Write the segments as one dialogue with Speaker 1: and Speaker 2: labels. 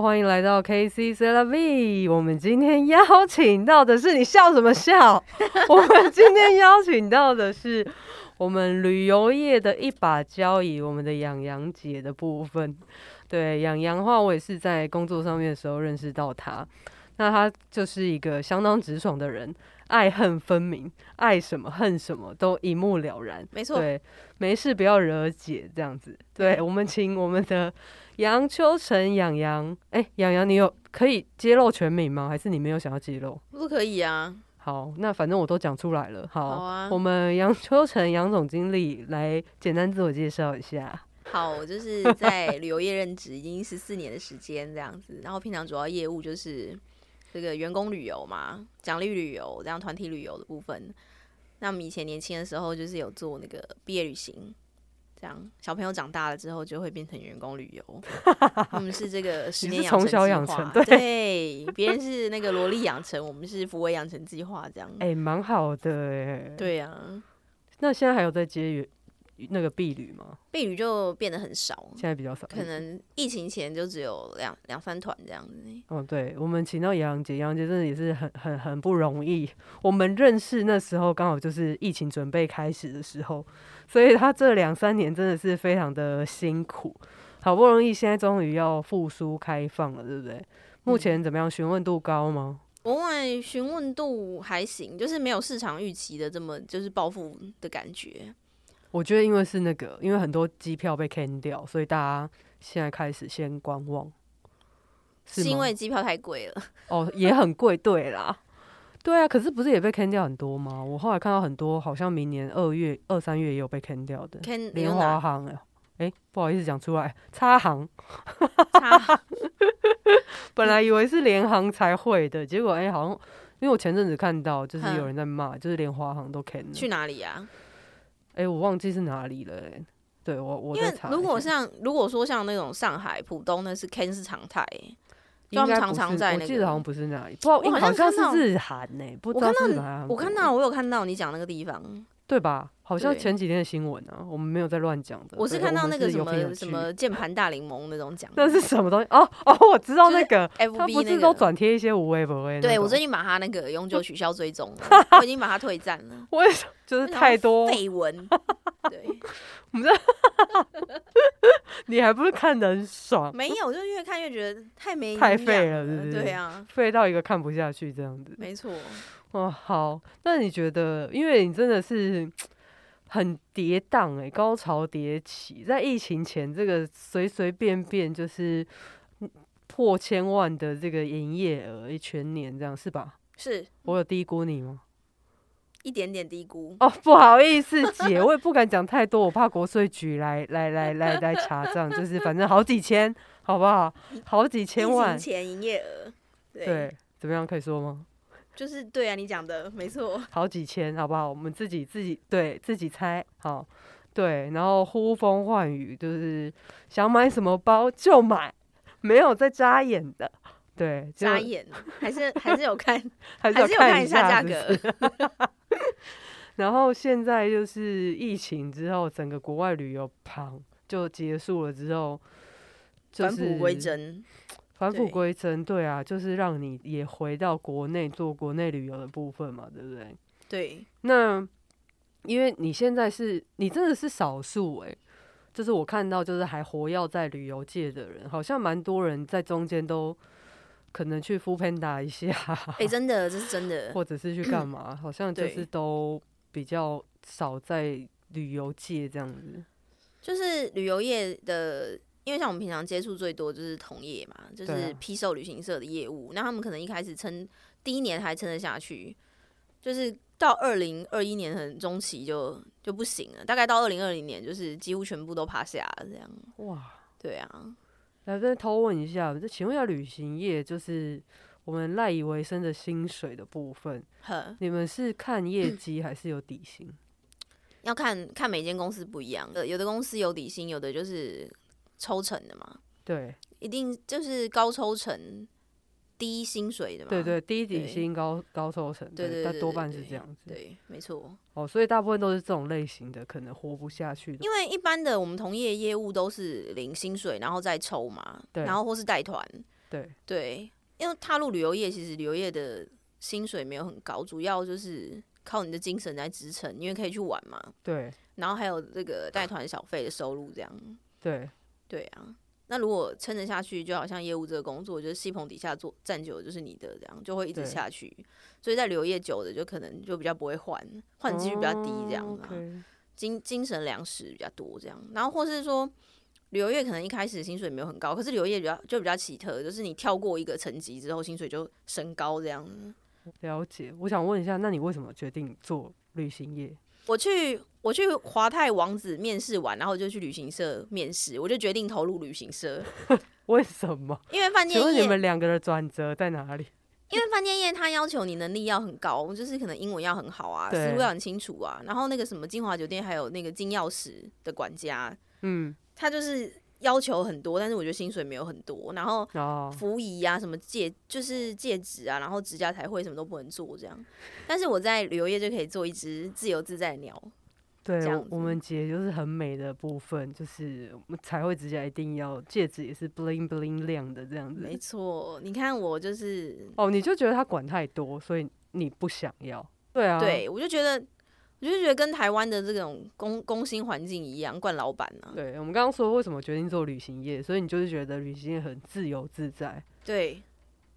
Speaker 1: 欢迎来到 KC C L V。我们今天邀请到的是，你笑什么笑？我们今天邀请到的是我们旅游业的一把交椅，我们的养羊姐的部分。对，养羊的话，我也是在工作上面的时候认识到她。那她就是一个相当直爽的人，爱恨分明，爱什么恨什么都一目了然。
Speaker 2: 没错，
Speaker 1: 对，没事不要惹姐这样子。对我们请我们的杨秋成养羊，哎、养羊你有可以揭露全名吗？还是你没有想要揭露？
Speaker 2: 不可以啊。
Speaker 1: 好，那反正我都讲出来了。好，
Speaker 2: 好啊
Speaker 1: 我们杨秋成杨总经理来简单自我介绍一下。
Speaker 2: 好，我就是 在旅游业任职已经十四年的时间这样子，然后平常主要业务就是这个员工旅游嘛，奖励旅游这样团体旅游的部分。那我们以前年轻的时候就是有做那个毕业旅行，这样小朋友长大了之后就会变成员工旅 游。我们是这个十年
Speaker 1: 你是
Speaker 2: 养
Speaker 1: 从
Speaker 2: 成
Speaker 1: 小
Speaker 2: 计
Speaker 1: 养
Speaker 2: 划
Speaker 1: 成
Speaker 2: 对，别人是那个萝莉养成，我们是福威养成计划这样。
Speaker 1: 哎、蛮好的哎、
Speaker 2: 嗯对啊，
Speaker 1: 那现在还有在接约那个婢旅吗？
Speaker 2: 避旅就变得很少，
Speaker 1: 现在比较少。
Speaker 2: 可能疫情前就只有两两三团这样子呢。
Speaker 1: 哦，对，我们请到杨姐，杨姐真的也是很很很不容易。我们认识那时候刚好就是疫情准备开始的时候，所以她这两三年真的是非常的辛苦，好不容易现在终于要复苏开放了，对不对？目
Speaker 2: 嗯
Speaker 1: 前怎么样？询问度高吗？
Speaker 2: 国外询问度还行，就是没有市场预期的这么就是暴富的感觉。
Speaker 1: 我觉得因为是那个，因为很多机票被 can 掉，所以大家现在开始先观望，是
Speaker 2: 因
Speaker 1: 吗
Speaker 2: 为机票太贵了，
Speaker 1: 哦，也很贵，对啦，对啊，可是不是也被坑掉很多吗？我后来看到很多，好像明年二月、二三月也有被坑掉的，
Speaker 2: 看你
Speaker 1: 莲
Speaker 2: 用
Speaker 1: 花
Speaker 2: 哪
Speaker 1: 行哎、诶不好意思讲出来，差行，
Speaker 2: 差？
Speaker 1: 本来以为是联行才会的，结果哎、诶好像因为我前阵子看到，就是有
Speaker 2: 嗯
Speaker 1: 人在骂，就是莲花行都坑了，
Speaker 2: 去哪里啊？
Speaker 1: 哎、我忘记是哪里了、诶对我我
Speaker 2: 因
Speaker 1: 在
Speaker 2: 为
Speaker 1: 查一下，
Speaker 2: 如果像如果说像那种上海浦东，那是 can 是常态欸、就
Speaker 1: 应
Speaker 2: 他们
Speaker 1: 该
Speaker 2: 常
Speaker 1: 不
Speaker 2: 常
Speaker 1: 是
Speaker 2: 在
Speaker 1: 我
Speaker 2: 那
Speaker 1: 记得
Speaker 2: 个
Speaker 1: 好像不是那里，不知道
Speaker 2: 我好
Speaker 1: 好
Speaker 2: 像
Speaker 1: 像
Speaker 2: 看
Speaker 1: 是
Speaker 2: 到
Speaker 1: 日韩呢、诶不知
Speaker 2: 我
Speaker 1: 道
Speaker 2: 看
Speaker 1: 是
Speaker 2: 到
Speaker 1: 哪韩
Speaker 2: 我看
Speaker 1: 国
Speaker 2: 到我有看到你讲那个地方，
Speaker 1: 对吧？好像
Speaker 2: 对
Speaker 1: 前几天的新闻啊，我们没有在乱讲的。
Speaker 2: 我是
Speaker 1: 呃对
Speaker 2: 看到
Speaker 1: 们
Speaker 2: 那个什
Speaker 1: 有凭有据
Speaker 2: 么什么键盘大柠檬那种讲 的，
Speaker 1: 那是什么东西？哦哦，我知道那个，他
Speaker 2: FB
Speaker 1: 不
Speaker 2: 那
Speaker 1: 是
Speaker 2: 个
Speaker 1: 都转贴一些无微不微？
Speaker 2: 对我最，近把他那个永久取消追踪 了，我已经把他退赞了。
Speaker 1: 我也是就是太多，
Speaker 2: 绯闻，对，
Speaker 1: 你还不是看得很爽，
Speaker 2: 没有，就越看越觉得太没
Speaker 1: 哦太
Speaker 2: 营养
Speaker 1: 废了
Speaker 2: 了，
Speaker 1: 是不是
Speaker 2: 对啊，
Speaker 1: 废到一个看不下去这样子。
Speaker 2: 没错，
Speaker 1: 哦，好，那你觉得，因为你真的是很跌宕哎、高潮迭起，在疫情前这个随随便便就是嗯破千万的这个营业额，一全年这样是吧？
Speaker 2: 是
Speaker 1: 我有低估你吗？
Speaker 2: 一点点低估。
Speaker 1: 哦，不好意思，姐， 我也不敢讲太多，我怕国税局来来来来来查账，就是反正好几千， 好不好？好几
Speaker 2: 疫
Speaker 1: 千
Speaker 2: 情
Speaker 1: 万，
Speaker 2: 前营业额，对，
Speaker 1: 对，怎么样可以说吗？
Speaker 2: 就是对啊，你讲的没错，
Speaker 1: 好几千，好不好？我们自己自己对自己猜，好，对，然后呼风唤雨，就是想买什么包就买，没有在扎眼的，对，就
Speaker 2: 眨眼，还是还是有看，
Speaker 1: 还是
Speaker 2: 还
Speaker 1: 要
Speaker 2: 是有看
Speaker 1: 一
Speaker 2: 下价
Speaker 1: 是不是
Speaker 2: 格。
Speaker 1: 然后现在就是疫情之后，整个国外旅游旁就结束了之后，就
Speaker 2: 返
Speaker 1: 是
Speaker 2: 璞归，真，
Speaker 1: 返璞
Speaker 2: 对
Speaker 1: 归真，对啊，就是让你也回到国内做国内旅游的部分嘛，对不对？
Speaker 2: 对，
Speaker 1: 那因为你现在是你真的是少数诶、就是我看到就是还活跃在旅游界的人，好像蛮多人在中间都可能去 f o o Panda 一下，啊
Speaker 2: 哎，真的，这是真的，
Speaker 1: 或者是去干嘛，好像就是
Speaker 2: 对
Speaker 1: 都比较少在旅游界这样子。
Speaker 2: 就是旅游业的，因为像我们平常接触最多就是同业嘛，就
Speaker 1: 对
Speaker 2: 是
Speaker 1: 啊
Speaker 2: 批售旅行社的业务，那他们可能一开始撑第一年还撑得下去，就是到二零二一年很中期就就不行了，大概到二零二零年就是几乎全部都趴下了这样。
Speaker 1: 哇，
Speaker 2: 对啊，
Speaker 1: 来再偷问一下，就请问一下旅行业，就是我们赖以为生的薪水的部分，
Speaker 2: 呵，
Speaker 1: 你们是看业
Speaker 2: 嗯
Speaker 1: 绩还是有底薪？
Speaker 2: 要看看每间公司不一样，呃有的公司有底薪，有的就是抽成的嘛，
Speaker 1: 对
Speaker 2: 一定就是高抽成低薪水的嘛。
Speaker 1: 对对，低底
Speaker 2: 啊对
Speaker 1: 薪高高抽成，
Speaker 2: 对对对
Speaker 1: 但
Speaker 2: 对
Speaker 1: 多
Speaker 2: 对
Speaker 1: 半是
Speaker 2: 对
Speaker 1: 这样子。
Speaker 2: 对，没错。
Speaker 1: 哦，所以大部分都是这种类型的，可能活不下去的。
Speaker 2: 因为一般的我们同业业务都是领薪水，然后再抽嘛，
Speaker 1: 对
Speaker 2: 然后或是带团，
Speaker 1: 对，
Speaker 2: 对，因为踏入旅游业，其实旅游业的薪水没有很高，主要就是靠你的精神来支撑，因为可以去玩嘛，
Speaker 1: 对，
Speaker 2: 然后还有这个带团小费的收入这样。
Speaker 1: 对，
Speaker 2: 对啊，那如果撑得下去，就好像业务这个工作，就是戏棚底下做站久了就是你的，这样就会一直
Speaker 1: 对
Speaker 2: 下去。所以在旅游业久了，就可能就比较不会换，换的几率比较低这样
Speaker 1: 哦
Speaker 2: 啊。
Speaker 1: ，OK
Speaker 2: 精精神粮食比较多这样，然后或是说旅游业可能一开始薪水没有很高，可是旅游业比较就比较奇特，就是你跳过一个层级之后，薪水就升高这样。
Speaker 1: 了解。我想问一下，那你为什么决定做旅行业？
Speaker 2: 我去我去华泰王子面试完，然后就去旅行社面试，我就决定投入旅行社，
Speaker 1: 为什么？
Speaker 2: 因为饭店
Speaker 1: 请问你
Speaker 2: 业，
Speaker 1: 们两个的转折在哪里？
Speaker 2: 因为饭店业它要求你能力要很高，就是可能英文要很好啊，
Speaker 1: 对
Speaker 2: 思路要很清楚啊，然后那个什么金华酒店还有那个金钥匙的管家，
Speaker 1: 嗯，
Speaker 2: 他就是要求很多，但是我觉得薪水没有很多，然后。
Speaker 1: 哦，
Speaker 2: 服仪啊，什么戒就是戒指啊，然后指甲彩绘什么都不能做这样。但是我在旅游业就可以做一只自由自在的鸟，
Speaker 1: 对
Speaker 2: 这样
Speaker 1: 我，我们姐就是很美的部分，就是我们彩绘指甲一定要，戒指也是 bling bling 亮的这样子
Speaker 2: 没。错。你看我就是，
Speaker 1: 哦，你就觉得他管太多，所以你不想要。对啊，
Speaker 2: 对我就觉得，我就觉得跟台湾的这种工工薪环境一样，惯老板啊，
Speaker 1: 对，我们刚刚说为什么决定做旅行业，所以你就是觉得旅行业很自由自在。
Speaker 2: 对，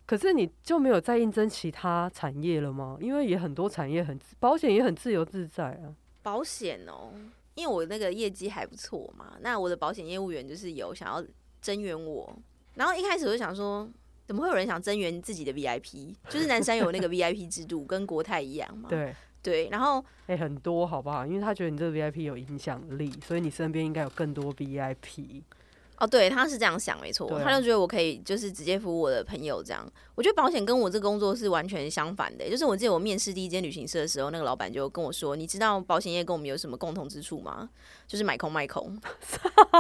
Speaker 1: 可是你就没有再应征其他产业了吗？因为也很多产业很自保险也很自由自在啊。
Speaker 2: 保险哦，因为我那个业绩还不错嘛，那我的保险业务员就是有想要增援我，然后一开始我就想说。怎么会有人想增援自己的 VIP？就是南山有那个 VIP 制度，跟国泰一样嘛。
Speaker 1: 对，
Speaker 2: 对，然后
Speaker 1: 哎、很多好不好？因为他觉得你这个 VIP 有影响力，所以你身边应该有更多 VIP。
Speaker 2: 哦，对，他是这样想，没错，
Speaker 1: 对啊
Speaker 2: 他就觉得我可以就是直接服务我的朋友这样。我觉得保险跟我这个工作是完全相反的，欸就是我记得我面试第一间旅行社的时候，那个老板就跟我说：“你知道保险业跟我们有什么共同之处吗？就是买空 卖空。”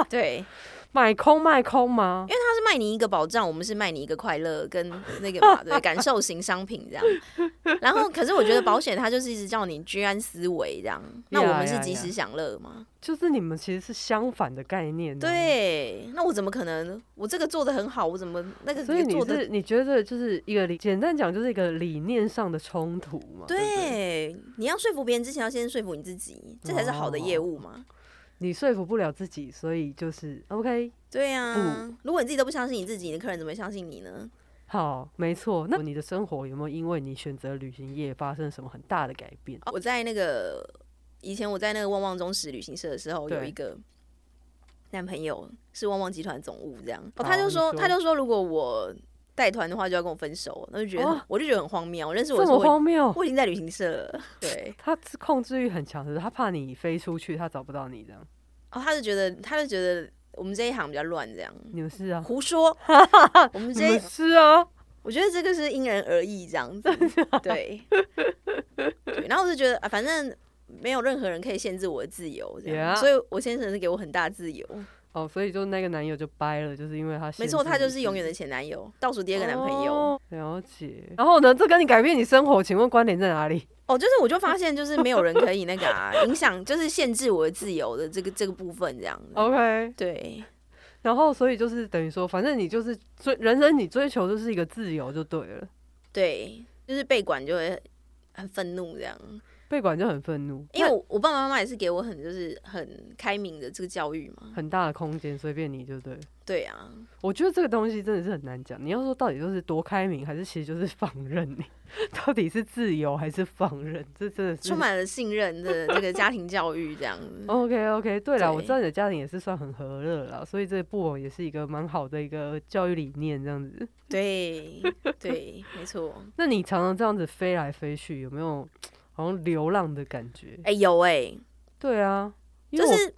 Speaker 2: 对，
Speaker 1: 买空卖空吗？
Speaker 2: 他是卖你一个保障，我们是卖你一个快乐跟那个嘛，对，感受型商品这样。 然后，可是我觉得保险它就是一直叫你居安思危这样，那我们是
Speaker 1: 呀呀
Speaker 2: 及
Speaker 1: 呀
Speaker 2: 时享乐嘛。
Speaker 1: 就是你们其实是相反的概念、啊。，
Speaker 2: 对，那我怎么可能？我这个做的很好，我怎么那个
Speaker 1: 所以
Speaker 2: 也
Speaker 1: 你
Speaker 2: 做的
Speaker 1: 是你觉得就是一个理，简单讲就是一个理念上的冲突嘛？对不对，
Speaker 2: 对，你要说服别人之前，要先说服你自己，这才是好的业务嘛。
Speaker 1: 哦你说服不了自己，所以就是 OK。
Speaker 2: 对呀、啊，如果你自己都不相信你自己，你的客人怎么会相信你呢？
Speaker 1: 好，没错。那你的生活有没有因为你选择旅行业发生什么很大的改变？
Speaker 2: 哦我在那个以前我在那个旺旺中时旅行社的时候，有
Speaker 1: 对
Speaker 2: 一个男朋友是旺旺集团总务，这样，
Speaker 1: 好
Speaker 2: 哦，他就
Speaker 1: 你
Speaker 2: 说，
Speaker 1: 说
Speaker 2: 他就说，如果我带团的话，就要跟我分手，那就觉得很，
Speaker 1: 哦
Speaker 2: 我就觉得很荒谬。我认识我
Speaker 1: 这
Speaker 2: 的时候
Speaker 1: 么
Speaker 2: 我已，
Speaker 1: 荒谬！
Speaker 2: 我已经在旅行 社了，对。
Speaker 1: 他是控制欲很强的，他怕你飞出去，他找不到你这样。
Speaker 2: 哦，他就觉得，他就觉得我们这一行比较乱，这样
Speaker 1: 你们是啊，
Speaker 2: 胡说。我们
Speaker 1: 你
Speaker 2: 这
Speaker 1: 们
Speaker 2: 一，
Speaker 1: 是啊，
Speaker 2: 我觉得这个是因人而异，这样子。对，对。然后我就觉得，啊，反正没有任何人可以限制我的自由，这样。
Speaker 1: Yeah
Speaker 2: 所以我先生是给我很大自由。
Speaker 1: 哦，所以就那个男友就掰了，就是因为他
Speaker 2: 没错，他就是永
Speaker 1: 远
Speaker 2: 远的前男友，倒数第二个男朋友。哦
Speaker 1: 哦了解。然后呢，这跟你改变你生活，请问关联在哪里？
Speaker 2: 哦就是我就发现，就是没有人可以那个啊， 影响，就是限制我的自由的这个这个部分，这样
Speaker 1: 哦
Speaker 2: 子。
Speaker 1: OK，
Speaker 2: 对，
Speaker 1: 然后所以就是等于说，反正你就是追人生，你追求就是一个自由就对了。
Speaker 2: 对，就是被管就会很愤怒这样。
Speaker 1: 被管就很愤怒，
Speaker 2: 因为
Speaker 1: 那
Speaker 2: 我我爸爸妈妈也是给我很就是很开明的这个教育嘛，
Speaker 1: 很大的空间随便你就对了。
Speaker 2: 对啊，
Speaker 1: 我觉得这个东西真的是很难讲。你要说到底就是多开明，还是其实就是放任你？ 到底是自由还是放任？这真的是。
Speaker 2: 充满了信任的这个家庭教育这样子
Speaker 1: OK OK，对了，我
Speaker 2: 对
Speaker 1: 知道你的家庭也是算很和乐啦，所以这布偶也是一个蛮好的一个教育理念这样子。
Speaker 2: 对对，没错。
Speaker 1: 那你常常这样子飞来飞去，有没有好像流浪的感觉？
Speaker 2: 哎、有哎、
Speaker 1: 对啊，因
Speaker 2: 就
Speaker 1: 为我
Speaker 2: 是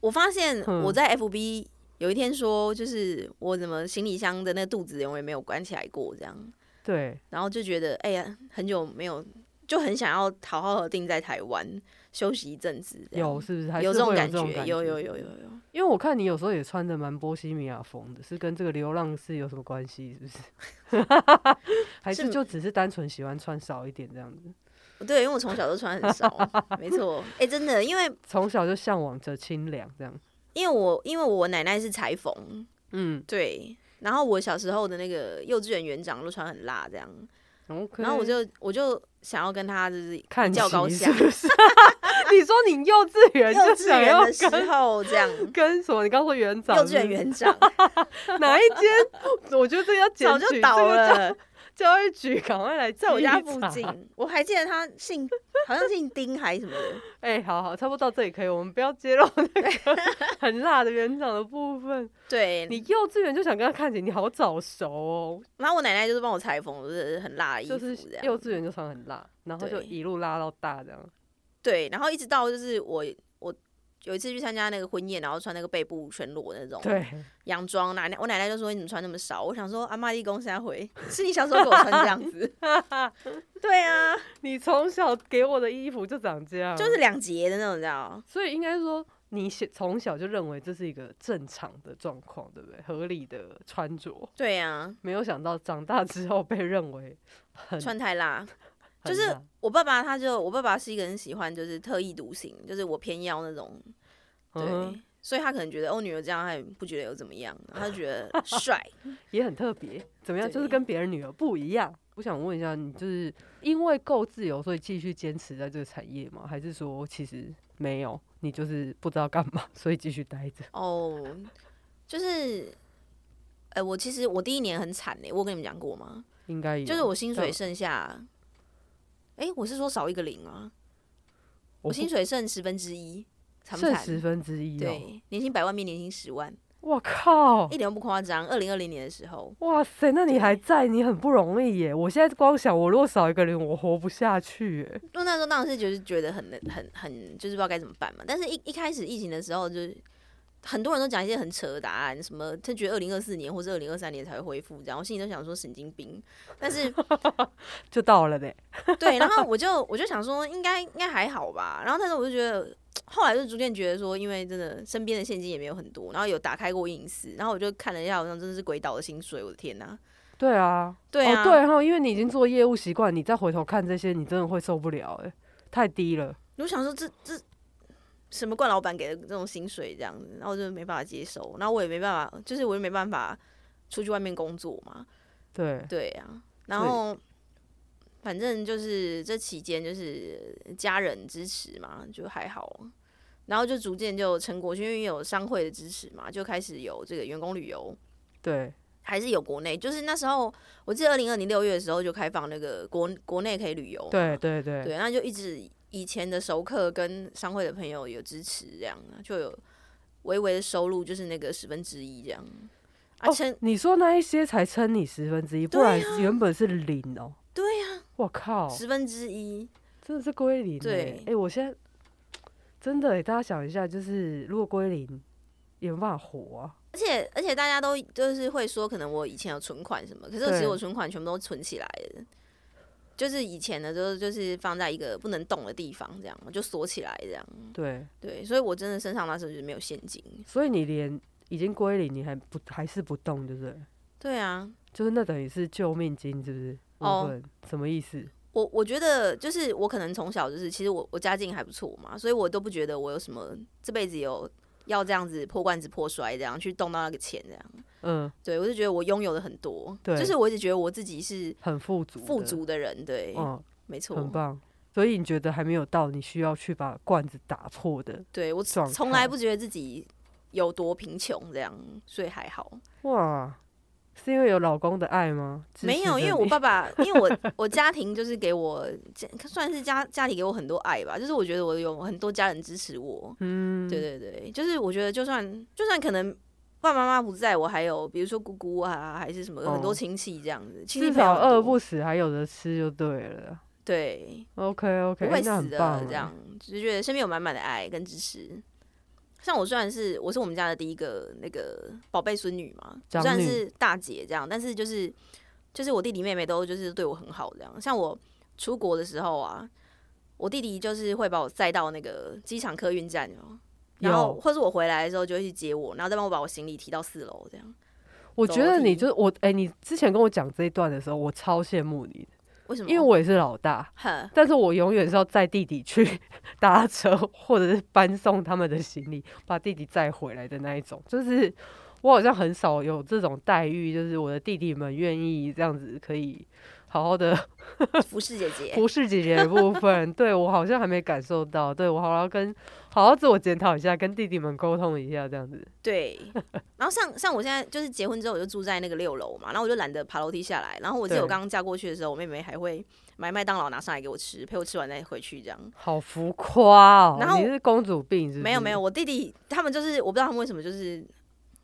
Speaker 2: 我发现
Speaker 1: 嗯
Speaker 2: 我在 FB 有一天说，就是我怎么行李箱的那个肚子永远没有关起来过这样，
Speaker 1: 对
Speaker 2: 然后就觉得哎呀，很久没有，就很想要好好的定在台湾休息一阵子这样。
Speaker 1: 有是不是？还是
Speaker 2: 嗯有
Speaker 1: 会
Speaker 2: 这种
Speaker 1: 感
Speaker 2: 感
Speaker 1: 觉，
Speaker 2: 觉，有有有有。有。
Speaker 1: 因为我看你有时候也穿的蛮波西米亚风的，是跟这个流浪是有什么关系？是不是？ 还是
Speaker 2: 是
Speaker 1: 就只是单纯喜欢穿少一点这样子？
Speaker 2: 对，因为我从小都穿很少，没错。哎、真的，因为
Speaker 1: 从小就向往着清凉这样。
Speaker 2: 因为我因为我奶奶是裁缝，
Speaker 1: 嗯，
Speaker 2: 对，然后我小时候的那个幼稚园园长都穿很辣这样，
Speaker 1: OK，
Speaker 2: 然后我就我就想要跟他就是
Speaker 1: 看
Speaker 2: 一较
Speaker 1: 齐
Speaker 2: 高
Speaker 1: 是
Speaker 2: 下，
Speaker 1: 不是？你说你幼稚园
Speaker 2: 幼
Speaker 1: 就
Speaker 2: 稚
Speaker 1: 想要
Speaker 2: 园的时
Speaker 1: 跟
Speaker 2: 候这样，
Speaker 1: 跟什么？你刚说园 长
Speaker 2: 幼
Speaker 1: 是
Speaker 2: 稚
Speaker 1: 不
Speaker 2: 园
Speaker 1: 是
Speaker 2: 园长
Speaker 1: 哪一间？我觉得这个要检
Speaker 2: 早
Speaker 1: 举，
Speaker 2: 就倒
Speaker 1: 这个
Speaker 2: 了，
Speaker 1: 教教育局赶快来
Speaker 2: 在我家
Speaker 1: 稽
Speaker 2: 附
Speaker 1: 查
Speaker 2: 近，我还记得他姓好像姓丁还是什么的，
Speaker 1: 哎、好好，差不多到这里可以，我们不要揭露那个 很辣的园长的部分。
Speaker 2: 对，
Speaker 1: 你幼稚园就想跟他看起，你好早熟哦，
Speaker 2: 然后我奶奶就是帮我裁缝，就是很辣的衣
Speaker 1: 就
Speaker 2: 服
Speaker 1: 是
Speaker 2: 这样，
Speaker 1: 幼稚园就穿很辣，然后就
Speaker 2: 对
Speaker 1: 一路拉到大这样。
Speaker 2: 对，然后一直到就是我我有一次去参加那个婚宴，然后穿那个背部全裸的那种
Speaker 1: 对，
Speaker 2: 洋装，奶奶我奶奶就说你怎么穿那么少？我想说阿妈一公三回， 是你小时候给我穿这样 子，对啊，
Speaker 1: 你从小给我的衣服就长这样，
Speaker 2: 就是，两截的那种，你知道。
Speaker 1: 所以应该说你小从小就认为这是一个正常的状况，对不对？合理的穿着，
Speaker 2: 对啊，
Speaker 1: 没有想到长大之后被认为很
Speaker 2: 穿太辣。
Speaker 1: 很
Speaker 2: 就是
Speaker 1: 辣
Speaker 2: 我爸爸，他就我爸爸是一个很喜欢就是特立独行，就是我偏要那种，对，
Speaker 1: 嗯哼
Speaker 2: 所以他可能觉得哦女儿这样，他也不觉得有怎么样，然后他就 觉得帅，
Speaker 1: 也很特别，怎么样？就是
Speaker 2: 对
Speaker 1: 跟别人女儿不一样。我想问一下，你就是因为够自由，所以继续坚持在这个产业吗？还是说其实没有，你就是不知道干嘛， 所以继续待着？
Speaker 2: 哦，就是，呃，我其实我第一年很惨欸嘞、我有跟你们讲过吗？
Speaker 1: 应该有
Speaker 2: 就是我薪水
Speaker 1: 嗯
Speaker 2: 剩下，哎、我是说少一个零啊，
Speaker 1: 我
Speaker 2: 我
Speaker 1: 不
Speaker 2: 薪水剩十分之一，惨不
Speaker 1: 剩
Speaker 2: 惨？
Speaker 1: 十分之一哦！
Speaker 2: 对，年薪百万变年薪十万，
Speaker 1: 我靠
Speaker 2: 一！点都不夸张。二零二零年的时候，
Speaker 1: 哇塞，那你还在，你很不容易耶！我现在光想，我如果少一个零，我活不下去耶。
Speaker 2: 就那时候当然是就是觉得很很很就是不知道该怎么办嘛。但是一一开始疫情的时候，就是很多人都讲一些很扯的答案，什么他觉得二零二四年或者二零二三年才会恢复，这样我心里都想说神经病。但是
Speaker 1: 就到了嘞，
Speaker 2: 对，然后我就我就想说应该应该还好吧。然后但是我就觉得。后来就逐渐觉得说，因为真的身边的现金也没有很多，然后有打开过隐私，然后我就看了一下，好像真的是鬼岛的薪水，我的天呐！
Speaker 1: 对啊，
Speaker 2: 对啊，
Speaker 1: 哦、对哈，因为你已经做业务习惯，你再回头看这些，你真的会受不了哎，太低了。
Speaker 2: 我想说这这什么冠老板给的这种薪水这样子，然后我就没办法接受，然后我也没办法，就是我也没办法出去外面工作嘛，
Speaker 1: 对，
Speaker 2: 对啊，然后反正就是这期间就是家人支持嘛，就还好，然后就逐渐就成果，因为有商会的支持嘛，就开始有这个员工旅游。
Speaker 1: 对，
Speaker 2: 还是有国内，就是那时候，我记得二零二零六月的时候就开放那个国国内可以旅游嘛，
Speaker 1: 对，对，对，
Speaker 2: 对，那就一直以前的熟客跟商会的朋友有支持，这样啊就有微微的收入，就是那个十分之一这样。啊，
Speaker 1: 哦
Speaker 2: 称、
Speaker 1: 你说那一些才撑你十分之一，不
Speaker 2: 对啊
Speaker 1: 然原本是零哦、
Speaker 2: 对
Speaker 1: 呀、我靠，
Speaker 2: 十分之一，
Speaker 1: 真的是归零、欸。
Speaker 2: 对
Speaker 1: 哎、我现在真的、欸，大家想一下，就是如果归零，也没办法活啊。
Speaker 2: 而且而且大家都就是会说，可能我以前有存款什么，可是其
Speaker 1: 对
Speaker 2: 实我存款全部都存起来了。就是以前的都就是放在一个不能动的地方，这样我就锁起来，这样
Speaker 1: 对，
Speaker 2: 对，所以我真的身上那时候就是没有现金。
Speaker 1: 所以你连已经归零，你还不还是不动，就是了
Speaker 2: 对啊，
Speaker 1: 就是那等于是救命金，是不是？
Speaker 2: 哦
Speaker 1: 部分，什么意思？
Speaker 2: 我我觉得就是我可能从小就是，其实我我家境还不错嘛，所以我都不觉得我有什么这辈子有要这样子破罐子破摔这样去动到那个钱这样。
Speaker 1: 嗯，
Speaker 2: 对我就觉得我拥有的很多，
Speaker 1: 对
Speaker 2: 就是我一直觉得我自己是
Speaker 1: 很富足，
Speaker 2: 富，足的人，对，
Speaker 1: 嗯，
Speaker 2: 没错，
Speaker 1: 很棒。所以你觉得还没有到你需要去把罐子打破的
Speaker 2: 对我
Speaker 1: 状态
Speaker 2: 从来不觉得自己有多贫穷这样，所以还好。
Speaker 1: 哇？是因为有老公的爱吗？支
Speaker 2: 没
Speaker 1: 持
Speaker 2: 有，
Speaker 1: 着
Speaker 2: 因为我
Speaker 1: 你
Speaker 2: 爸爸，因为我我家庭就是给我家算是家家里给我很多爱吧，就是我觉得我有很多家人支持我，
Speaker 1: 嗯，
Speaker 2: 对对对，就是我觉得就算就算可能爸爸妈妈不在我还有比如说姑姑啊，还是什么
Speaker 1: 哦
Speaker 2: 很多亲戚这样子，亲戚
Speaker 1: 至
Speaker 2: 朋
Speaker 1: 少
Speaker 2: 友很多
Speaker 1: 饿不死，还有的吃就对了。
Speaker 2: 对
Speaker 1: OK
Speaker 2: 不
Speaker 1: OK，
Speaker 2: 会
Speaker 1: 那
Speaker 2: 死
Speaker 1: 很
Speaker 2: 的
Speaker 1: 棒
Speaker 2: 这
Speaker 1: 欸
Speaker 2: 样，就觉得身边有满满的爱跟支持。像我虽然是我是我们家的第一个那个宝贝孙女嘛，
Speaker 1: 长
Speaker 2: 虽然
Speaker 1: 女
Speaker 2: 是大姐这样，但是就是就是我弟弟妹妹都就是对我很好这样。像我出国的时候啊，我弟弟就是会把我载到那个机场客运站哦，然后
Speaker 1: 有
Speaker 2: 或是我回来的时候就会去接我，然后再帮我把我行李提到四楼这样。
Speaker 1: 我觉得
Speaker 2: 走
Speaker 1: 你
Speaker 2: 地
Speaker 1: 就是我，哎、你之前跟我讲这一段的时候，我超羡慕你的，
Speaker 2: 为什么？
Speaker 1: 因为我也是老大，
Speaker 2: 哼，
Speaker 1: 但是我永远是要载弟弟去 搭车，或者是搬送他们的行李，把弟弟载回来的那一种，就是。我好像很少有这种待遇，就是我的弟弟们愿意这样子可以好好的
Speaker 2: 服侍姐姐，
Speaker 1: 服侍姐姐的部 分，对我好像还没感受到。对我好好跟好好自我检讨一下，跟弟弟们沟通一下，这样子。
Speaker 2: 对，然后像像我现在就是结婚之后，我就住在那个六楼嘛，然后我就懒得爬楼梯下来。然后我记得
Speaker 1: 对
Speaker 2: 我刚刚嫁过去的时候，我妹妹还会买麦当劳拿上来给我吃，陪我吃完再回去这样。
Speaker 1: 好浮夸哦！
Speaker 2: 然后
Speaker 1: 你是公主病是不是？
Speaker 2: 没有没有，，我弟弟他们就是我不知道他们为什么就是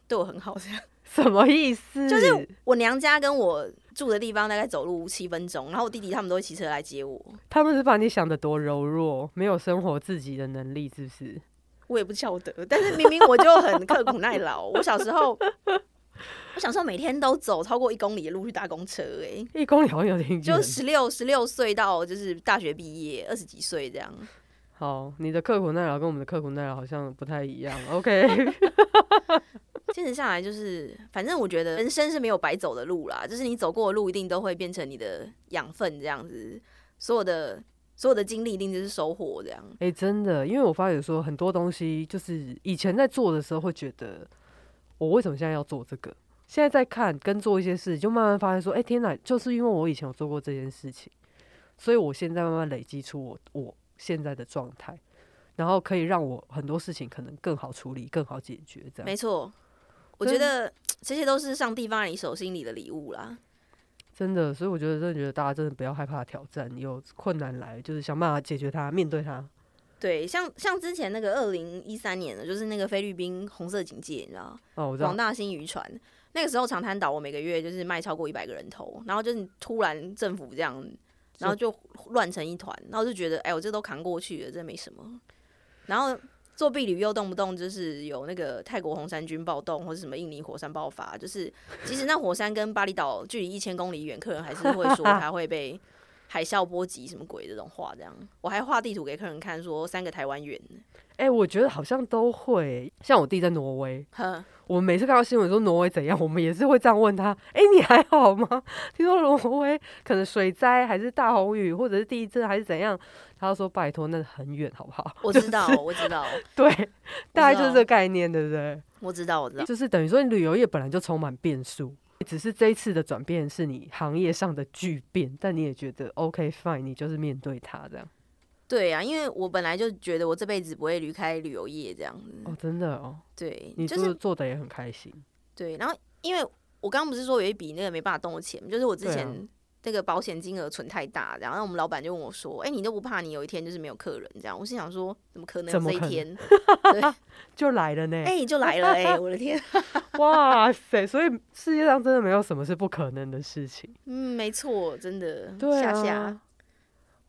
Speaker 2: 对我很好这样。
Speaker 1: 什么意思？
Speaker 2: 就是我娘家跟我住的地方大概走路七分钟，然后我弟弟他们都会骑车来接我。
Speaker 1: 他们是把你想的多柔弱，没有生活自己的能力，是不是？
Speaker 2: 我也不晓得，但是明明我就很刻苦耐劳。我小时候，我小时候每天都走超过一公里的路去搭公车、欸，
Speaker 1: 一公里好像有点远。
Speaker 2: 就十六十六岁到就是大学毕业二十几岁这样。
Speaker 1: 好，你的刻苦耐劳跟我们的刻苦耐劳好像不太一样。OK，
Speaker 2: 坚持下来就是，反正我觉得人生是没有白走的路啦，就是你走过的路一定都会变成你的养分，这样子，所有的所有的经历一定就是收获这样。
Speaker 1: 哎、真的，因为我发觉说很多东西，就是以前在做的时候会觉得，我为什么现在要做这个？现在在看跟做一些事，就慢慢发现说，哎、天哪，就是因为我以前有做过这件事情，所以我现在慢慢累积出我我现在的状态，然后可以让我很多事情可能更好处理、更好解决。这样
Speaker 2: 没错，我
Speaker 1: 真
Speaker 2: 觉得这些都是上帝放在你手心里的礼物啦。
Speaker 1: 真的，所以我觉得真的觉得大家真的不要害怕挑战，有困难来就是想办法解决它，面对它。
Speaker 2: 对，像像之前那个二零一三年的，就是那个菲律宾红色警戒，你知道，
Speaker 1: 哦，我知道
Speaker 2: 广，大新渔船。那个时候长滩岛，我每个月就是卖超过一百个人头，然后就是突然政府这样，然后就乱成一团，然后就觉得，哎、我这都扛过去了，这没什么。然后作弊旅又动不动就是有那个泰国红衫军暴动，或者什么印尼火山爆发，就是即使那火山跟巴厘岛距离一千公里远，客人还是会说它会被海啸波及什么鬼这种话，这样。我还画地图给客人看，说三个台湾远，
Speaker 1: 哎、我觉得好像都会欸，像我弟在挪威，
Speaker 2: 呵，
Speaker 1: 我们每次看到新闻说挪威怎样，我们也是会这样问他：哎、你还好吗？ 听说挪威可能水灾，还是大洪雨，或者是地震，还是怎样？他就说：拜托，那很远，好不好？
Speaker 2: 我
Speaker 1: 就
Speaker 2: 知道，我知道，
Speaker 1: 对，大概就是
Speaker 2: 道
Speaker 1: 这个概念，对不对？
Speaker 2: 我知道，我知道。
Speaker 1: 就是等于说，旅游业本来就充满变数，只是这一次的转变是你行业上的巨变，但你也觉得 OK fine，你就是面对它这样。
Speaker 2: 对啊，因为我本来就觉得我这辈子不会离开旅游业这样子。
Speaker 1: 哦，真的哦，
Speaker 2: 对，
Speaker 1: 你
Speaker 2: 嗯就
Speaker 1: 做
Speaker 2: 是
Speaker 1: 做的也很开心。
Speaker 2: 对，然后因为我刚刚不是说有一笔那个没办法动的钱，就是我之
Speaker 1: 对啊
Speaker 2: 前那个保险金额存太大，然后我们老板就问我说：“哎、你都不怕你有一天就是没有客人这样？”我心想说：“怎么可能有
Speaker 1: 怎么
Speaker 2: 这一
Speaker 1: 可能
Speaker 2: 天？”对，
Speaker 1: 就来了呢，
Speaker 2: 哎、就来了哎、我的天，
Speaker 1: 哇塞！所以世界上真的没有什么是不可能的事情。
Speaker 2: 嗯，没错，真的，
Speaker 1: 对啊，
Speaker 2: 嗯下下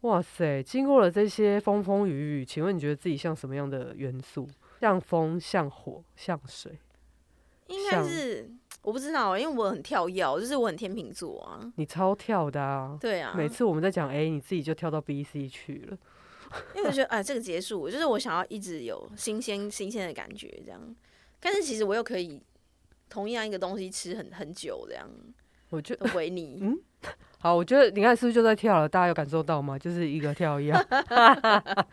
Speaker 1: 哇塞！经过了这些风风雨雨，请问你觉得自己像什么样的元素？像风，像火，像水？
Speaker 2: 应该
Speaker 1: 像
Speaker 2: 是我不知道，啊因为我很跳跃，就是我很天秤座啊，
Speaker 1: 你超跳的啊！
Speaker 2: 对啊，
Speaker 1: 每次我们在讲 A，你自己就跳到 B、C 去了。
Speaker 2: 因为我觉得啊，这个结束，就是我想要一直有新鲜新鲜的感觉这样，但是其实我又可以同样一个东西吃很很久这样，
Speaker 1: 我就
Speaker 2: 都不会
Speaker 1: 嗯
Speaker 2: 腻。
Speaker 1: 好，我觉得你看是不是就在跳了？大家有感受到吗？就是一个跳一样。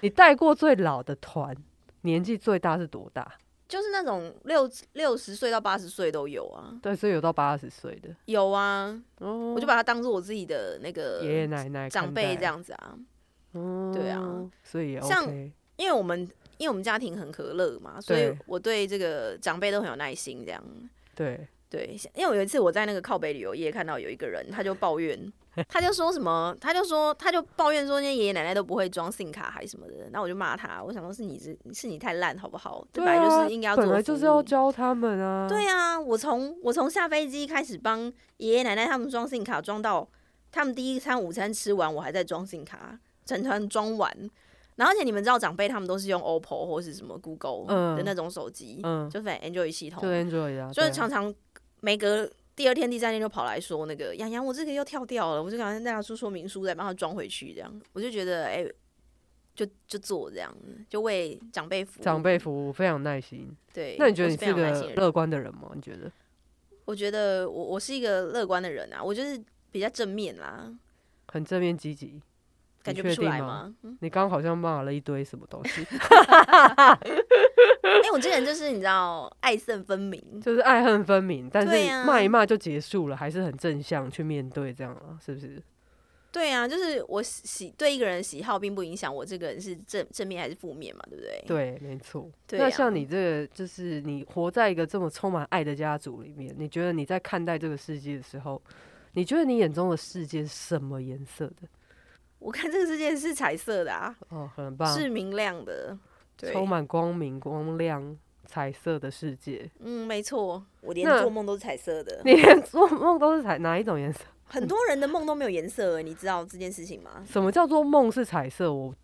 Speaker 1: 你带过最老的团，年纪最大是多大？
Speaker 2: 就是那种六六十岁到八十岁都有啊，
Speaker 1: 对，所以有到八十岁的
Speaker 2: 有啊，
Speaker 1: 哦
Speaker 2: 我就把它当做我自己的那
Speaker 1: 爷爷
Speaker 2: 个
Speaker 1: 奶奶
Speaker 2: 呃长
Speaker 1: 看
Speaker 2: 辈
Speaker 1: 待
Speaker 2: 这，样子啊，对啊
Speaker 1: 嗯，所以也
Speaker 2: 像
Speaker 1: OK，
Speaker 2: 因为我们因为我们家庭很和乐嘛，所以
Speaker 1: 对
Speaker 2: 我对这个长辈都很有耐心这样。
Speaker 1: 对，
Speaker 2: 对，因为我有一次我在那个靠北旅游业看到有一个人，他就抱怨， 他就说什么，他就说他就抱怨说那些爷爷奶奶都不会装 SIM 卡还是什么的，然后我就骂他，我想说是你是是你太烂好不好？这
Speaker 1: 对
Speaker 2: 本来就
Speaker 1: 啊
Speaker 2: 是应该要做
Speaker 1: 本
Speaker 2: 的服务，
Speaker 1: 来就是要教他们啊，
Speaker 2: 对啊，我从我从下飞机开始帮爷爷奶奶他们装 SIM 卡，装到他们第一餐午餐吃完，我还在装 SIM 卡，整团装完。然后而且你们知道，长辈他们都是用 OPPO 或是什么 Google
Speaker 1: 嗯
Speaker 2: 的那种手机，
Speaker 1: 嗯，
Speaker 2: 就反正 Android 系统
Speaker 1: 就，Android 啊，
Speaker 2: 就
Speaker 1: 对啊
Speaker 2: 是常常每隔第二天、第三天就跑来说那个洋洋，我这个又跳掉了，我就赶快拿出说明书再帮他装回去，这样我就觉得哎、就就做这样，就为长辈服务。
Speaker 1: 长辈服务非常耐心。
Speaker 2: 对，
Speaker 1: 那你觉得
Speaker 2: 我
Speaker 1: 你
Speaker 2: 非
Speaker 1: 是
Speaker 2: 常有耐
Speaker 1: 个
Speaker 2: 心的人
Speaker 1: 乐观的人吗？你觉得？
Speaker 2: 我觉得我我是一个乐观的人啊，我就是比较正面啦，
Speaker 1: 很正面积极，
Speaker 2: 感觉
Speaker 1: 确
Speaker 2: 不出
Speaker 1: 定
Speaker 2: 来
Speaker 1: 吗
Speaker 2: 吗？嗯
Speaker 1: 你刚刚好像骂了一堆什么东西，
Speaker 2: 因哎为我这个人就是你知道爱憎分明，
Speaker 1: 就是爱恨分明，但
Speaker 2: 对啊
Speaker 1: 是骂一骂就结束了，还是很正向去面对这样啊，是不是？
Speaker 2: 对啊，就是我喜喜对一个人的喜好并不影响我这个人是正正面还是负面嘛，对不对？
Speaker 1: 对，没错。
Speaker 2: 对啊
Speaker 1: 那像你这个，就是你活在一个这么充满爱的家族里面，你觉得你在看待这个世界的时候，你觉得你眼中的世界是什么颜色的？
Speaker 2: 我看这个世界是彩色的啊，
Speaker 1: 哦，很棒，
Speaker 2: 是明亮的，对，
Speaker 1: 充满光明、光亮、彩色的世界。
Speaker 2: 嗯，没错，我连
Speaker 1: 那
Speaker 2: 做梦都是彩色的，
Speaker 1: 你连做梦都是彩哪一种颜色？
Speaker 2: 很多人的梦都没有颜色，你知道这件事情吗？
Speaker 1: 什么叫做梦是彩色？我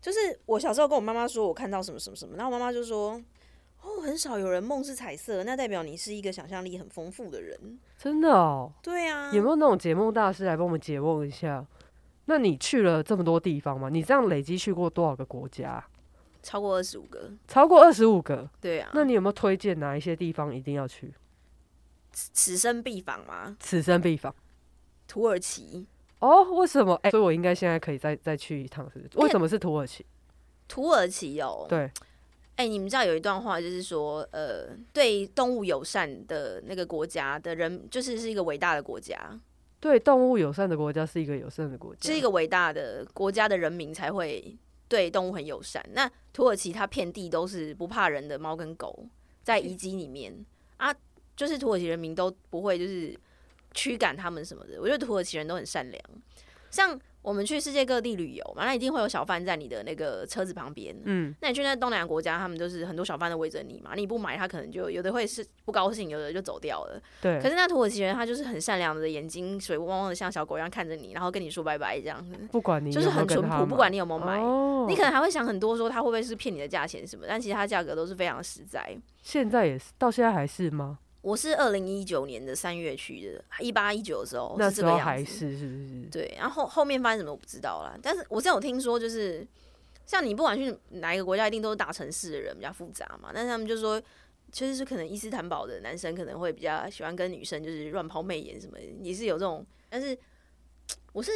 Speaker 2: 就是我小时候跟我妈妈说，我看到什么什么什么，然后我妈妈就说：“哦，很少有人梦是彩色，那代表你是一个想象力很丰富的人。
Speaker 1: 真的哦，”
Speaker 2: 对啊，
Speaker 1: 有没有那种解梦大师来帮我们解梦一下？那你去了这么多地方吗？你这样累积去过多少个国家？
Speaker 2: 超过二十五个？
Speaker 1: 超过二十五个。
Speaker 2: 对啊，
Speaker 1: 那你有没有推荐哪一些地方一定要去？
Speaker 2: 此此生必访嘛，
Speaker 1: 此生必访。
Speaker 2: 土耳其。
Speaker 1: 哦，为什么？哎、所以我应该现在可以再再去一趟，是不是？为什么是土耳其？
Speaker 2: 土耳其哦，
Speaker 1: 对，
Speaker 2: 哎、你们知道有一段话，就是说，呃，对动物友善的那个国家的人，就是是一个伟大的国家，
Speaker 1: 对，动物友善的国家是一个友善的国家，
Speaker 2: 是一
Speaker 1: 个
Speaker 2: 个伟大的国家的人民才会对动物很友善。那土耳其它遍地都是不怕人的猫跟狗，在遗迹里面啊，就是土耳其人民都不会就是驱赶他们什么的。我觉得土耳其人都很善良，像我们去世界各地旅游嘛，那一定会有小贩在你的那个车子旁边，
Speaker 1: 嗯，
Speaker 2: 那你去那东南亚国家，他们就是很多小贩都围着你嘛，你不买，他可能就有的会是不高兴，有的就走掉了。
Speaker 1: 对
Speaker 2: 可。是那土耳其人他就是很善良的，眼睛水汪汪的，像小狗一样看着你，然后跟你说拜拜这样子，
Speaker 1: 不管你
Speaker 2: 就是很淳朴，不管你有没有买。
Speaker 1: 哦、
Speaker 2: 你可能还会想很多，说他会不会是骗你的价钱什么？但其实它价格都是非常实在。
Speaker 1: 现在也是，到现在还是吗？
Speaker 2: 我是二零一九年的三月去的，一八一九的时候
Speaker 1: 那
Speaker 2: 哦是
Speaker 1: 时
Speaker 2: 这个
Speaker 1: 候
Speaker 2: 样子。
Speaker 1: 还是是不是？
Speaker 2: 对，然后后面发生什么我不知道啦。但是我真有听说，就是像你不管去哪一个国家，一定都是大城市的人比较复杂嘛。但是他们就说，就是可能伊斯坦堡的男生可能会比较喜欢跟女生就是乱抛媚眼什么的，也是有这种。但是我是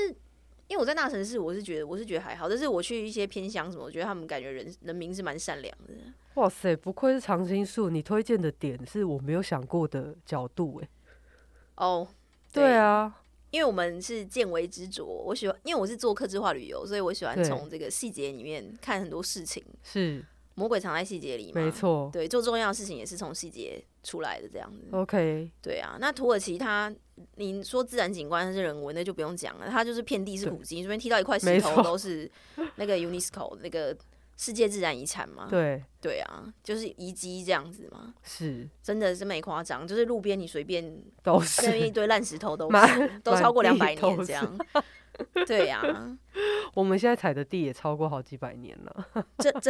Speaker 2: 因为我在大城市，我是觉得我是觉得还好，但是我去一些偏乡什么，我觉得他们感觉人人民是蛮善良的。
Speaker 1: 哇塞，不愧是常青树，你推荐的点是我没有想过的角度、哎，
Speaker 2: 哦、
Speaker 1: 对啊，
Speaker 2: 因为我们是见微知著，我喜欢，因为我是做客制化旅游，所以我喜欢
Speaker 1: 对
Speaker 2: 从这个细节里面看很多事情。
Speaker 1: 是
Speaker 2: 魔鬼藏在细节里嘛，
Speaker 1: 没。错。
Speaker 2: 对，做重要的事情也是从细节出来的这样子。
Speaker 1: OK，
Speaker 2: 对啊，那土耳其它，你说自然景观它是人文，那就不用讲了，它就是遍地是古迹，你这边踢到一块石
Speaker 1: 没
Speaker 2: 头
Speaker 1: 错
Speaker 2: 都是那个 UNESCO 那个世界自然遗产嘛。
Speaker 1: 对，
Speaker 2: 对啊，就是遗迹这样子嘛，
Speaker 1: 是
Speaker 2: 真的是没夸张，就是路边你随便
Speaker 1: 都
Speaker 2: 那边一
Speaker 1: 是。
Speaker 2: 堆烂石头都是
Speaker 1: 满
Speaker 2: 都超过两
Speaker 1: 满
Speaker 2: 百
Speaker 1: 地都
Speaker 2: 年这样。对啊，
Speaker 1: 我们现在踩的地也超过好几百年了。
Speaker 2: 这 这，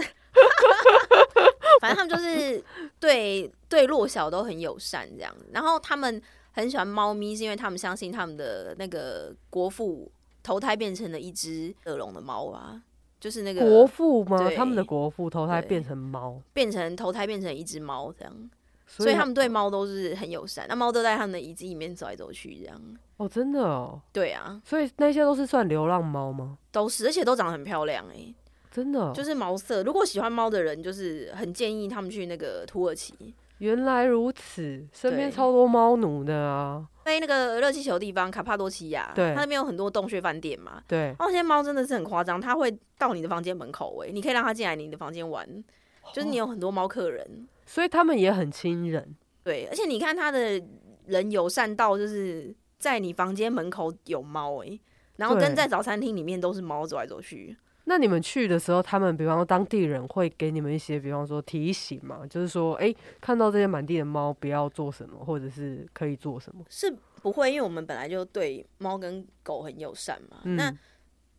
Speaker 2: 反正他们就是对对弱小都很友善这样。然后他们很喜欢猫咪，是因为他们相信他们的那个国父投胎变成了一只恶龙的猫啊，就是那
Speaker 1: 国
Speaker 2: 个
Speaker 1: 父吗？
Speaker 2: 对
Speaker 1: 他们的国父投胎
Speaker 2: 对
Speaker 1: 变成猫，
Speaker 2: 变成投胎变成一只猫这样。
Speaker 1: 所
Speaker 2: 所以他们对猫都是很友善，那猫都在他们的遗迹里面走来走去这样。
Speaker 1: 哦，真的哦，
Speaker 2: 对啊，
Speaker 1: 所以那些都是算流浪猫吗？
Speaker 2: 都是，而且都长得很漂亮哎、
Speaker 1: 真的哦、
Speaker 2: 就是毛色。如果喜欢猫的人，就是很建议他们去那个土耳其，
Speaker 1: 原来如此，身边
Speaker 2: 对
Speaker 1: 超多猫奴的啊，
Speaker 2: 在那个热气球的地方，卡帕多奇亚，
Speaker 1: 对
Speaker 2: 它那边有很多洞穴饭店嘛。
Speaker 1: 对，
Speaker 2: 哦，那些猫真的是很夸张，它会到你的房间门口、欸，你可以让它进来你的房间玩，就是你有很多猫客人，
Speaker 1: 所以他们也很亲人，
Speaker 2: 对，而且你看它的人友善到就是在你房间门口有猫、欸，然后
Speaker 1: 对
Speaker 2: 跟在早餐厅里面都是猫走来走去，
Speaker 1: 那你们去的时候，他们比方说当地人会给你们一些，比方说提醒嘛，就是说，哎、看到这些满地的猫，不要做什么，或者是可以做什么。
Speaker 2: 是不会，因为我们本来就对猫跟狗很友善嘛，那
Speaker 1: 嗯，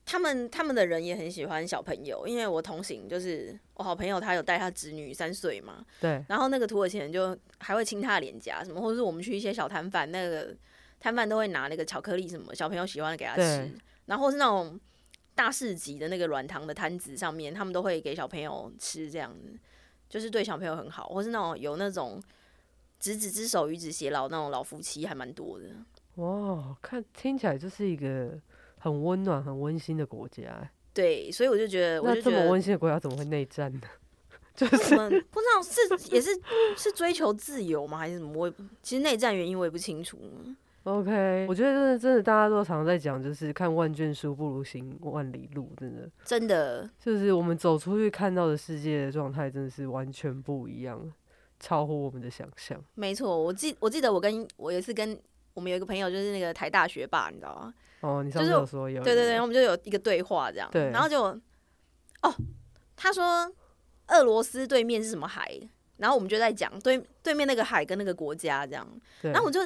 Speaker 2: 他们他们的人也很喜欢小朋友，因为我同行就是我好朋友，他有带他侄女三岁嘛，
Speaker 1: 对，
Speaker 2: 然后那个土耳其人就还会亲他的脸颊什么，或者是我们去一些小摊贩，那个摊贩都会拿那个巧克力什么小朋友喜欢的给他吃
Speaker 1: 对，
Speaker 2: 然后是那种大市集的那个软糖的摊子上面，他们都会给小朋友吃这样子，就是对小朋友很好，或是那种有那种执子之手与子偕老那种老夫妻还蛮多的。
Speaker 1: 哇，看听起来就是一个很温暖、很温馨的国家、哎
Speaker 2: 对，所以我就觉得，我
Speaker 1: 那
Speaker 2: 就
Speaker 1: 这
Speaker 2: 觉
Speaker 1: 么
Speaker 2: 得
Speaker 1: 温馨的国家怎么会内战呢？ 就是
Speaker 2: 我 们不知道是也是是追求自由吗，还是什么？我也不其实内战原因我也不清楚。
Speaker 1: OK，我觉得真的真的大家都常在讲，就是看万卷书不如行万里路，真的
Speaker 2: 真的，
Speaker 1: 就是我们走出去看到的世界的状态，真的是完全不一样，超乎我们的想象。
Speaker 2: 没错，我记我记得我跟我有一次跟我们有一个朋友，就是那个台大学霸，你知道吗？
Speaker 1: 哦，你上次
Speaker 2: 就是
Speaker 1: 有说有，
Speaker 2: 对对对，然
Speaker 1: 有
Speaker 2: 后我们就有一个对话这样，
Speaker 1: 对
Speaker 2: 然后就哦，他说俄罗斯对面是什么海，然后我们就在讲对对面那个海跟那个国家这样，
Speaker 1: 对，
Speaker 2: 然后我就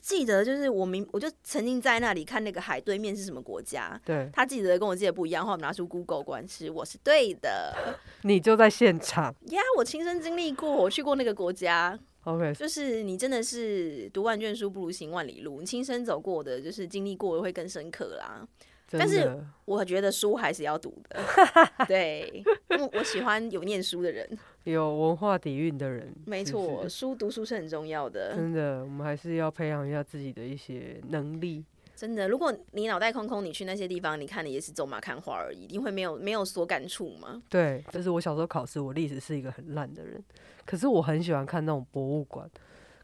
Speaker 2: 记得就是我明我就曾经在那里看那个海对面是什么国家。
Speaker 1: 对
Speaker 2: 他记得跟我记得不一样，后来我们拿出 Google 关吃，我是对的
Speaker 1: 你就在现场。
Speaker 2: 呀我亲身经历过，我去过那个国家，
Speaker 1: OK，
Speaker 2: 就是你真的是读万卷书不如行万里路，你亲身走过的，就是经历过的会更深刻啦。
Speaker 1: 真
Speaker 2: 但是
Speaker 1: 的
Speaker 2: 我觉得书还是要读的， 对，我我喜欢有念书的人，
Speaker 1: 有文化底蕴的人，
Speaker 2: 没
Speaker 1: 是
Speaker 2: 错，
Speaker 1: 是
Speaker 2: 书读书是很重要的，
Speaker 1: 真的，我们还是要培养一下自己的一些能力。
Speaker 2: 真的。如果你脑袋空空，你去那些地方，你看的也是走马看花而已，一定会没有没有所感触嘛。
Speaker 1: 对，就是我小时候考试，我历史是一个很烂的人，可是我很喜欢看那种博物馆，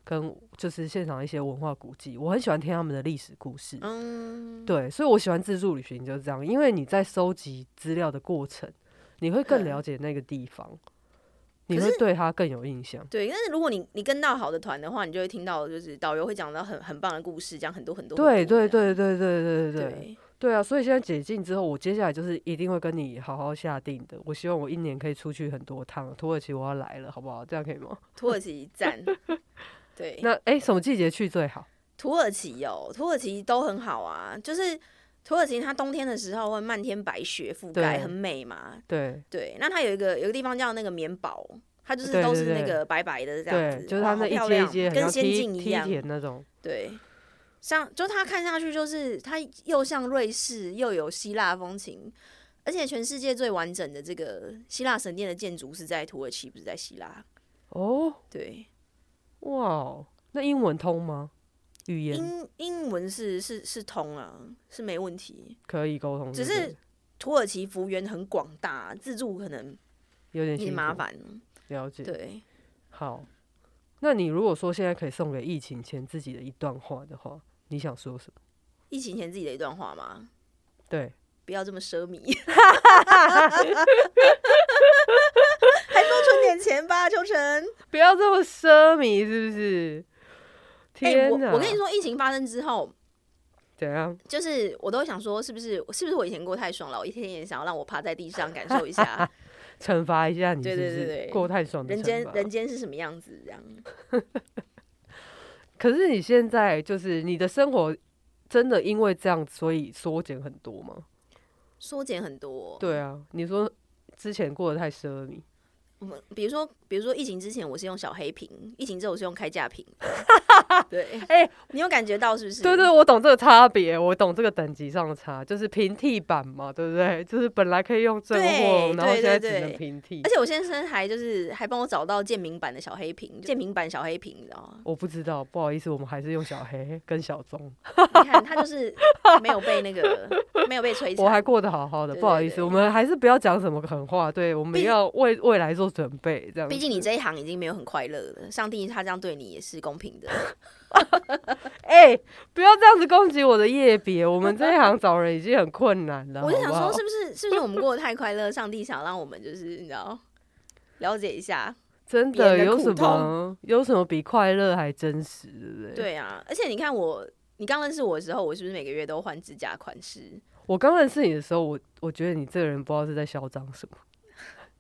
Speaker 1: 跟就是现场一些文化古迹，我很喜欢听他们的历史故事。
Speaker 2: 嗯，
Speaker 1: 对，所以我喜欢自助旅行就是这样，因为你在收集资料的过程，你会更了解那个地方，你
Speaker 2: 可
Speaker 1: 会
Speaker 2: 是
Speaker 1: 对它更有印象。
Speaker 2: 对。但是如果你你跟到好的团的话，你就会听到就是导游会讲到很很棒的故事，讲很多很多很多
Speaker 1: 对对
Speaker 2: 这
Speaker 1: 对
Speaker 2: 样
Speaker 1: 对对对对对
Speaker 2: 对
Speaker 1: 对啊！所以现在解禁之后，我接下来就是一定会跟你好好下定的。我希望我一年可以出去很多趟，土耳其我要来了，好不好？这样可以吗？
Speaker 2: 土耳其 赞，对。
Speaker 1: 那诶，什么季节去最好？
Speaker 2: 土耳其哦，土耳其都很好啊，就是土耳其它冬天的时候会漫天白雪覆盖，
Speaker 1: 对
Speaker 2: 很美嘛。
Speaker 1: 对，
Speaker 2: 对，那它有一个有一个地方叫那个棉堡，它就是
Speaker 1: 对
Speaker 2: 都
Speaker 1: 对
Speaker 2: 是那
Speaker 1: 对
Speaker 2: 个白白的这样子，
Speaker 1: 对，就是
Speaker 2: 哇
Speaker 1: 它
Speaker 2: 好
Speaker 1: 那一
Speaker 2: 漂
Speaker 1: 阶一
Speaker 2: 亮
Speaker 1: 阶，很
Speaker 2: 跟
Speaker 1: 像
Speaker 2: 仙
Speaker 1: 梯
Speaker 2: 境一
Speaker 1: 梯
Speaker 2: 样。
Speaker 1: 田那种。
Speaker 2: 对，像就它看上去就是它又像瑞士又有希腊风情，而且全世界最完整的这个希腊神殿的建筑是在土耳其，不是在希腊。
Speaker 1: 哦，
Speaker 2: 对，
Speaker 1: 哇哦，那英文通吗？语言
Speaker 2: 英英文是是是通啊，是没问题。
Speaker 1: 可以沟通，
Speaker 2: 只
Speaker 1: 对不
Speaker 2: 是
Speaker 1: 对
Speaker 2: 土耳其服务员很广大，自助可能
Speaker 1: 有点
Speaker 2: 有点
Speaker 1: 辛苦
Speaker 2: 麻，烦。
Speaker 1: 了解。
Speaker 2: 对，
Speaker 1: 好，那你如果说现在可以送给疫情前自己的一段话的话，你想说什么？
Speaker 2: 疫情前自己的一段话嘛，
Speaker 1: 对，
Speaker 2: 不要这么奢靡， 还多存点钱吧，秋晨。
Speaker 1: 不要这么奢靡，是不是？
Speaker 2: 哎、
Speaker 1: 天
Speaker 2: 我
Speaker 1: 哪！
Speaker 2: 我跟你，说，疫情发生之后，
Speaker 1: 怎样？
Speaker 2: 就是我都会想说，是不是是不是我以前过太爽了？我一天也想要让我趴在地上感受 一下
Speaker 1: 惩罚一下你，是
Speaker 2: 对
Speaker 1: 不
Speaker 2: 对
Speaker 1: 是？
Speaker 2: 对对
Speaker 1: 过太爽的
Speaker 2: 人
Speaker 1: 惩
Speaker 2: 间
Speaker 1: 罚
Speaker 2: 人间是什么样子，这样。
Speaker 1: 可是你现在就是你的生活真的因为这样，所以缩减很多吗？
Speaker 2: 缩减很多，
Speaker 1: 对啊，你说之前过得太奢靡，
Speaker 2: 我们比如说，比如说疫情之前我是用小黑瓶，疫情之后我是用开 价瓶。对，
Speaker 1: 哎
Speaker 2: 你有感觉到是不是？
Speaker 1: 对对，我懂这个差别，我懂这个等级上的差，就是平替版嘛，对不对？就是本来可以用正
Speaker 2: 对
Speaker 1: 货，然后
Speaker 2: 对
Speaker 1: 现在
Speaker 2: 对
Speaker 1: 只能
Speaker 2: 对
Speaker 1: 平替？
Speaker 2: 而。且我先生还就是还帮我找到建明版的小黑瓶，建明版小黑瓶，你知道吗
Speaker 1: 我不知道，不好意思，我们还是用小黑跟小棕，
Speaker 2: 你看他就是没有被那个没有被摧
Speaker 1: 我还
Speaker 2: 残，
Speaker 1: 过得好好的，
Speaker 2: 对
Speaker 1: 不好
Speaker 2: 对
Speaker 1: 意思，
Speaker 2: 对
Speaker 1: 我们还是不要讲什么狠话，对，我们
Speaker 2: 毕竟
Speaker 1: 要为未来做准备，这样子。
Speaker 2: 毕竟你这一行已经没有很快乐了，上帝他这样对你也是公平的。
Speaker 1: 哎、不要这样子攻击我的业别，我们这一行找人已经很困难了。
Speaker 2: 我就
Speaker 1: 好
Speaker 2: 想
Speaker 1: 不好啊
Speaker 2: 说，是不是是不是我们过得太快乐，上帝想让我们就是你知道了解一下？
Speaker 1: 真
Speaker 2: 别
Speaker 1: 的
Speaker 2: 人的
Speaker 1: 有
Speaker 2: 苦
Speaker 1: 什
Speaker 2: 痛
Speaker 1: 么有什么比快乐还真实，对不对？
Speaker 2: 对啊，而且你看我，你刚认识我的时候，我是不是每个月都换指甲款式？
Speaker 1: 我刚认识你的时候，我我觉得你这个人不知道是在嚣张什么，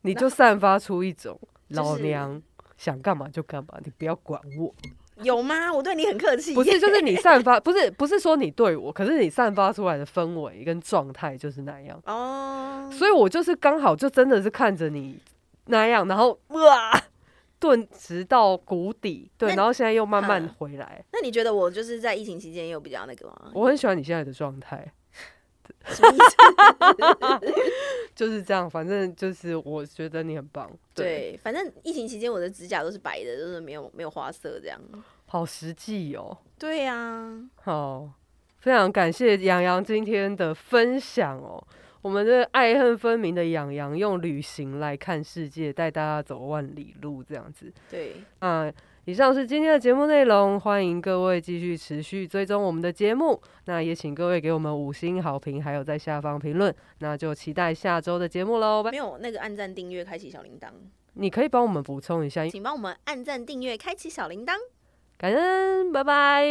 Speaker 1: 你就散发出一种
Speaker 2: 就是
Speaker 1: 老娘想干嘛就干嘛，你不要管我。
Speaker 2: 有吗？我对你很客气，
Speaker 1: 不是，就是你散发，不是不是说你对我，可是你散发出来的氛围跟状态就是那样，
Speaker 2: 哦，
Speaker 1: 所以我就是刚好就真的是看着你那样，然后哇，顿直到谷底，对，
Speaker 2: 那
Speaker 1: 然后现在又慢慢
Speaker 2: 嗯
Speaker 1: 回来。
Speaker 2: 那你觉得我就是在疫情期间有比较那个吗？
Speaker 1: 我很喜欢你现在的状态，
Speaker 2: 什么意思？
Speaker 1: 就是这样，反正就是我觉得你很棒，对，
Speaker 2: 对，反正疫情期间我的指甲都是白的，就是没有没有花色这样。
Speaker 1: 好实际哦，
Speaker 2: 对呀、啊，
Speaker 1: 好，非常感谢杨洋今天的分享哦。我们这爱恨分明的养羊用旅行来看世界，带大家走万里路这样子。
Speaker 2: 对，
Speaker 1: 啊，以上是今天的节目内容，欢迎各位继续持续追踪我们的节目。那也请各位给我们五星好评，还有在下方评论。那就期待下周的节目喽。拜
Speaker 2: 没有那个按赞、订阅、开启小铃铛，
Speaker 1: 你可以帮我们补充一下，
Speaker 2: 请帮我们按赞、订阅、开启小铃铛。
Speaker 1: 感恩，拜拜。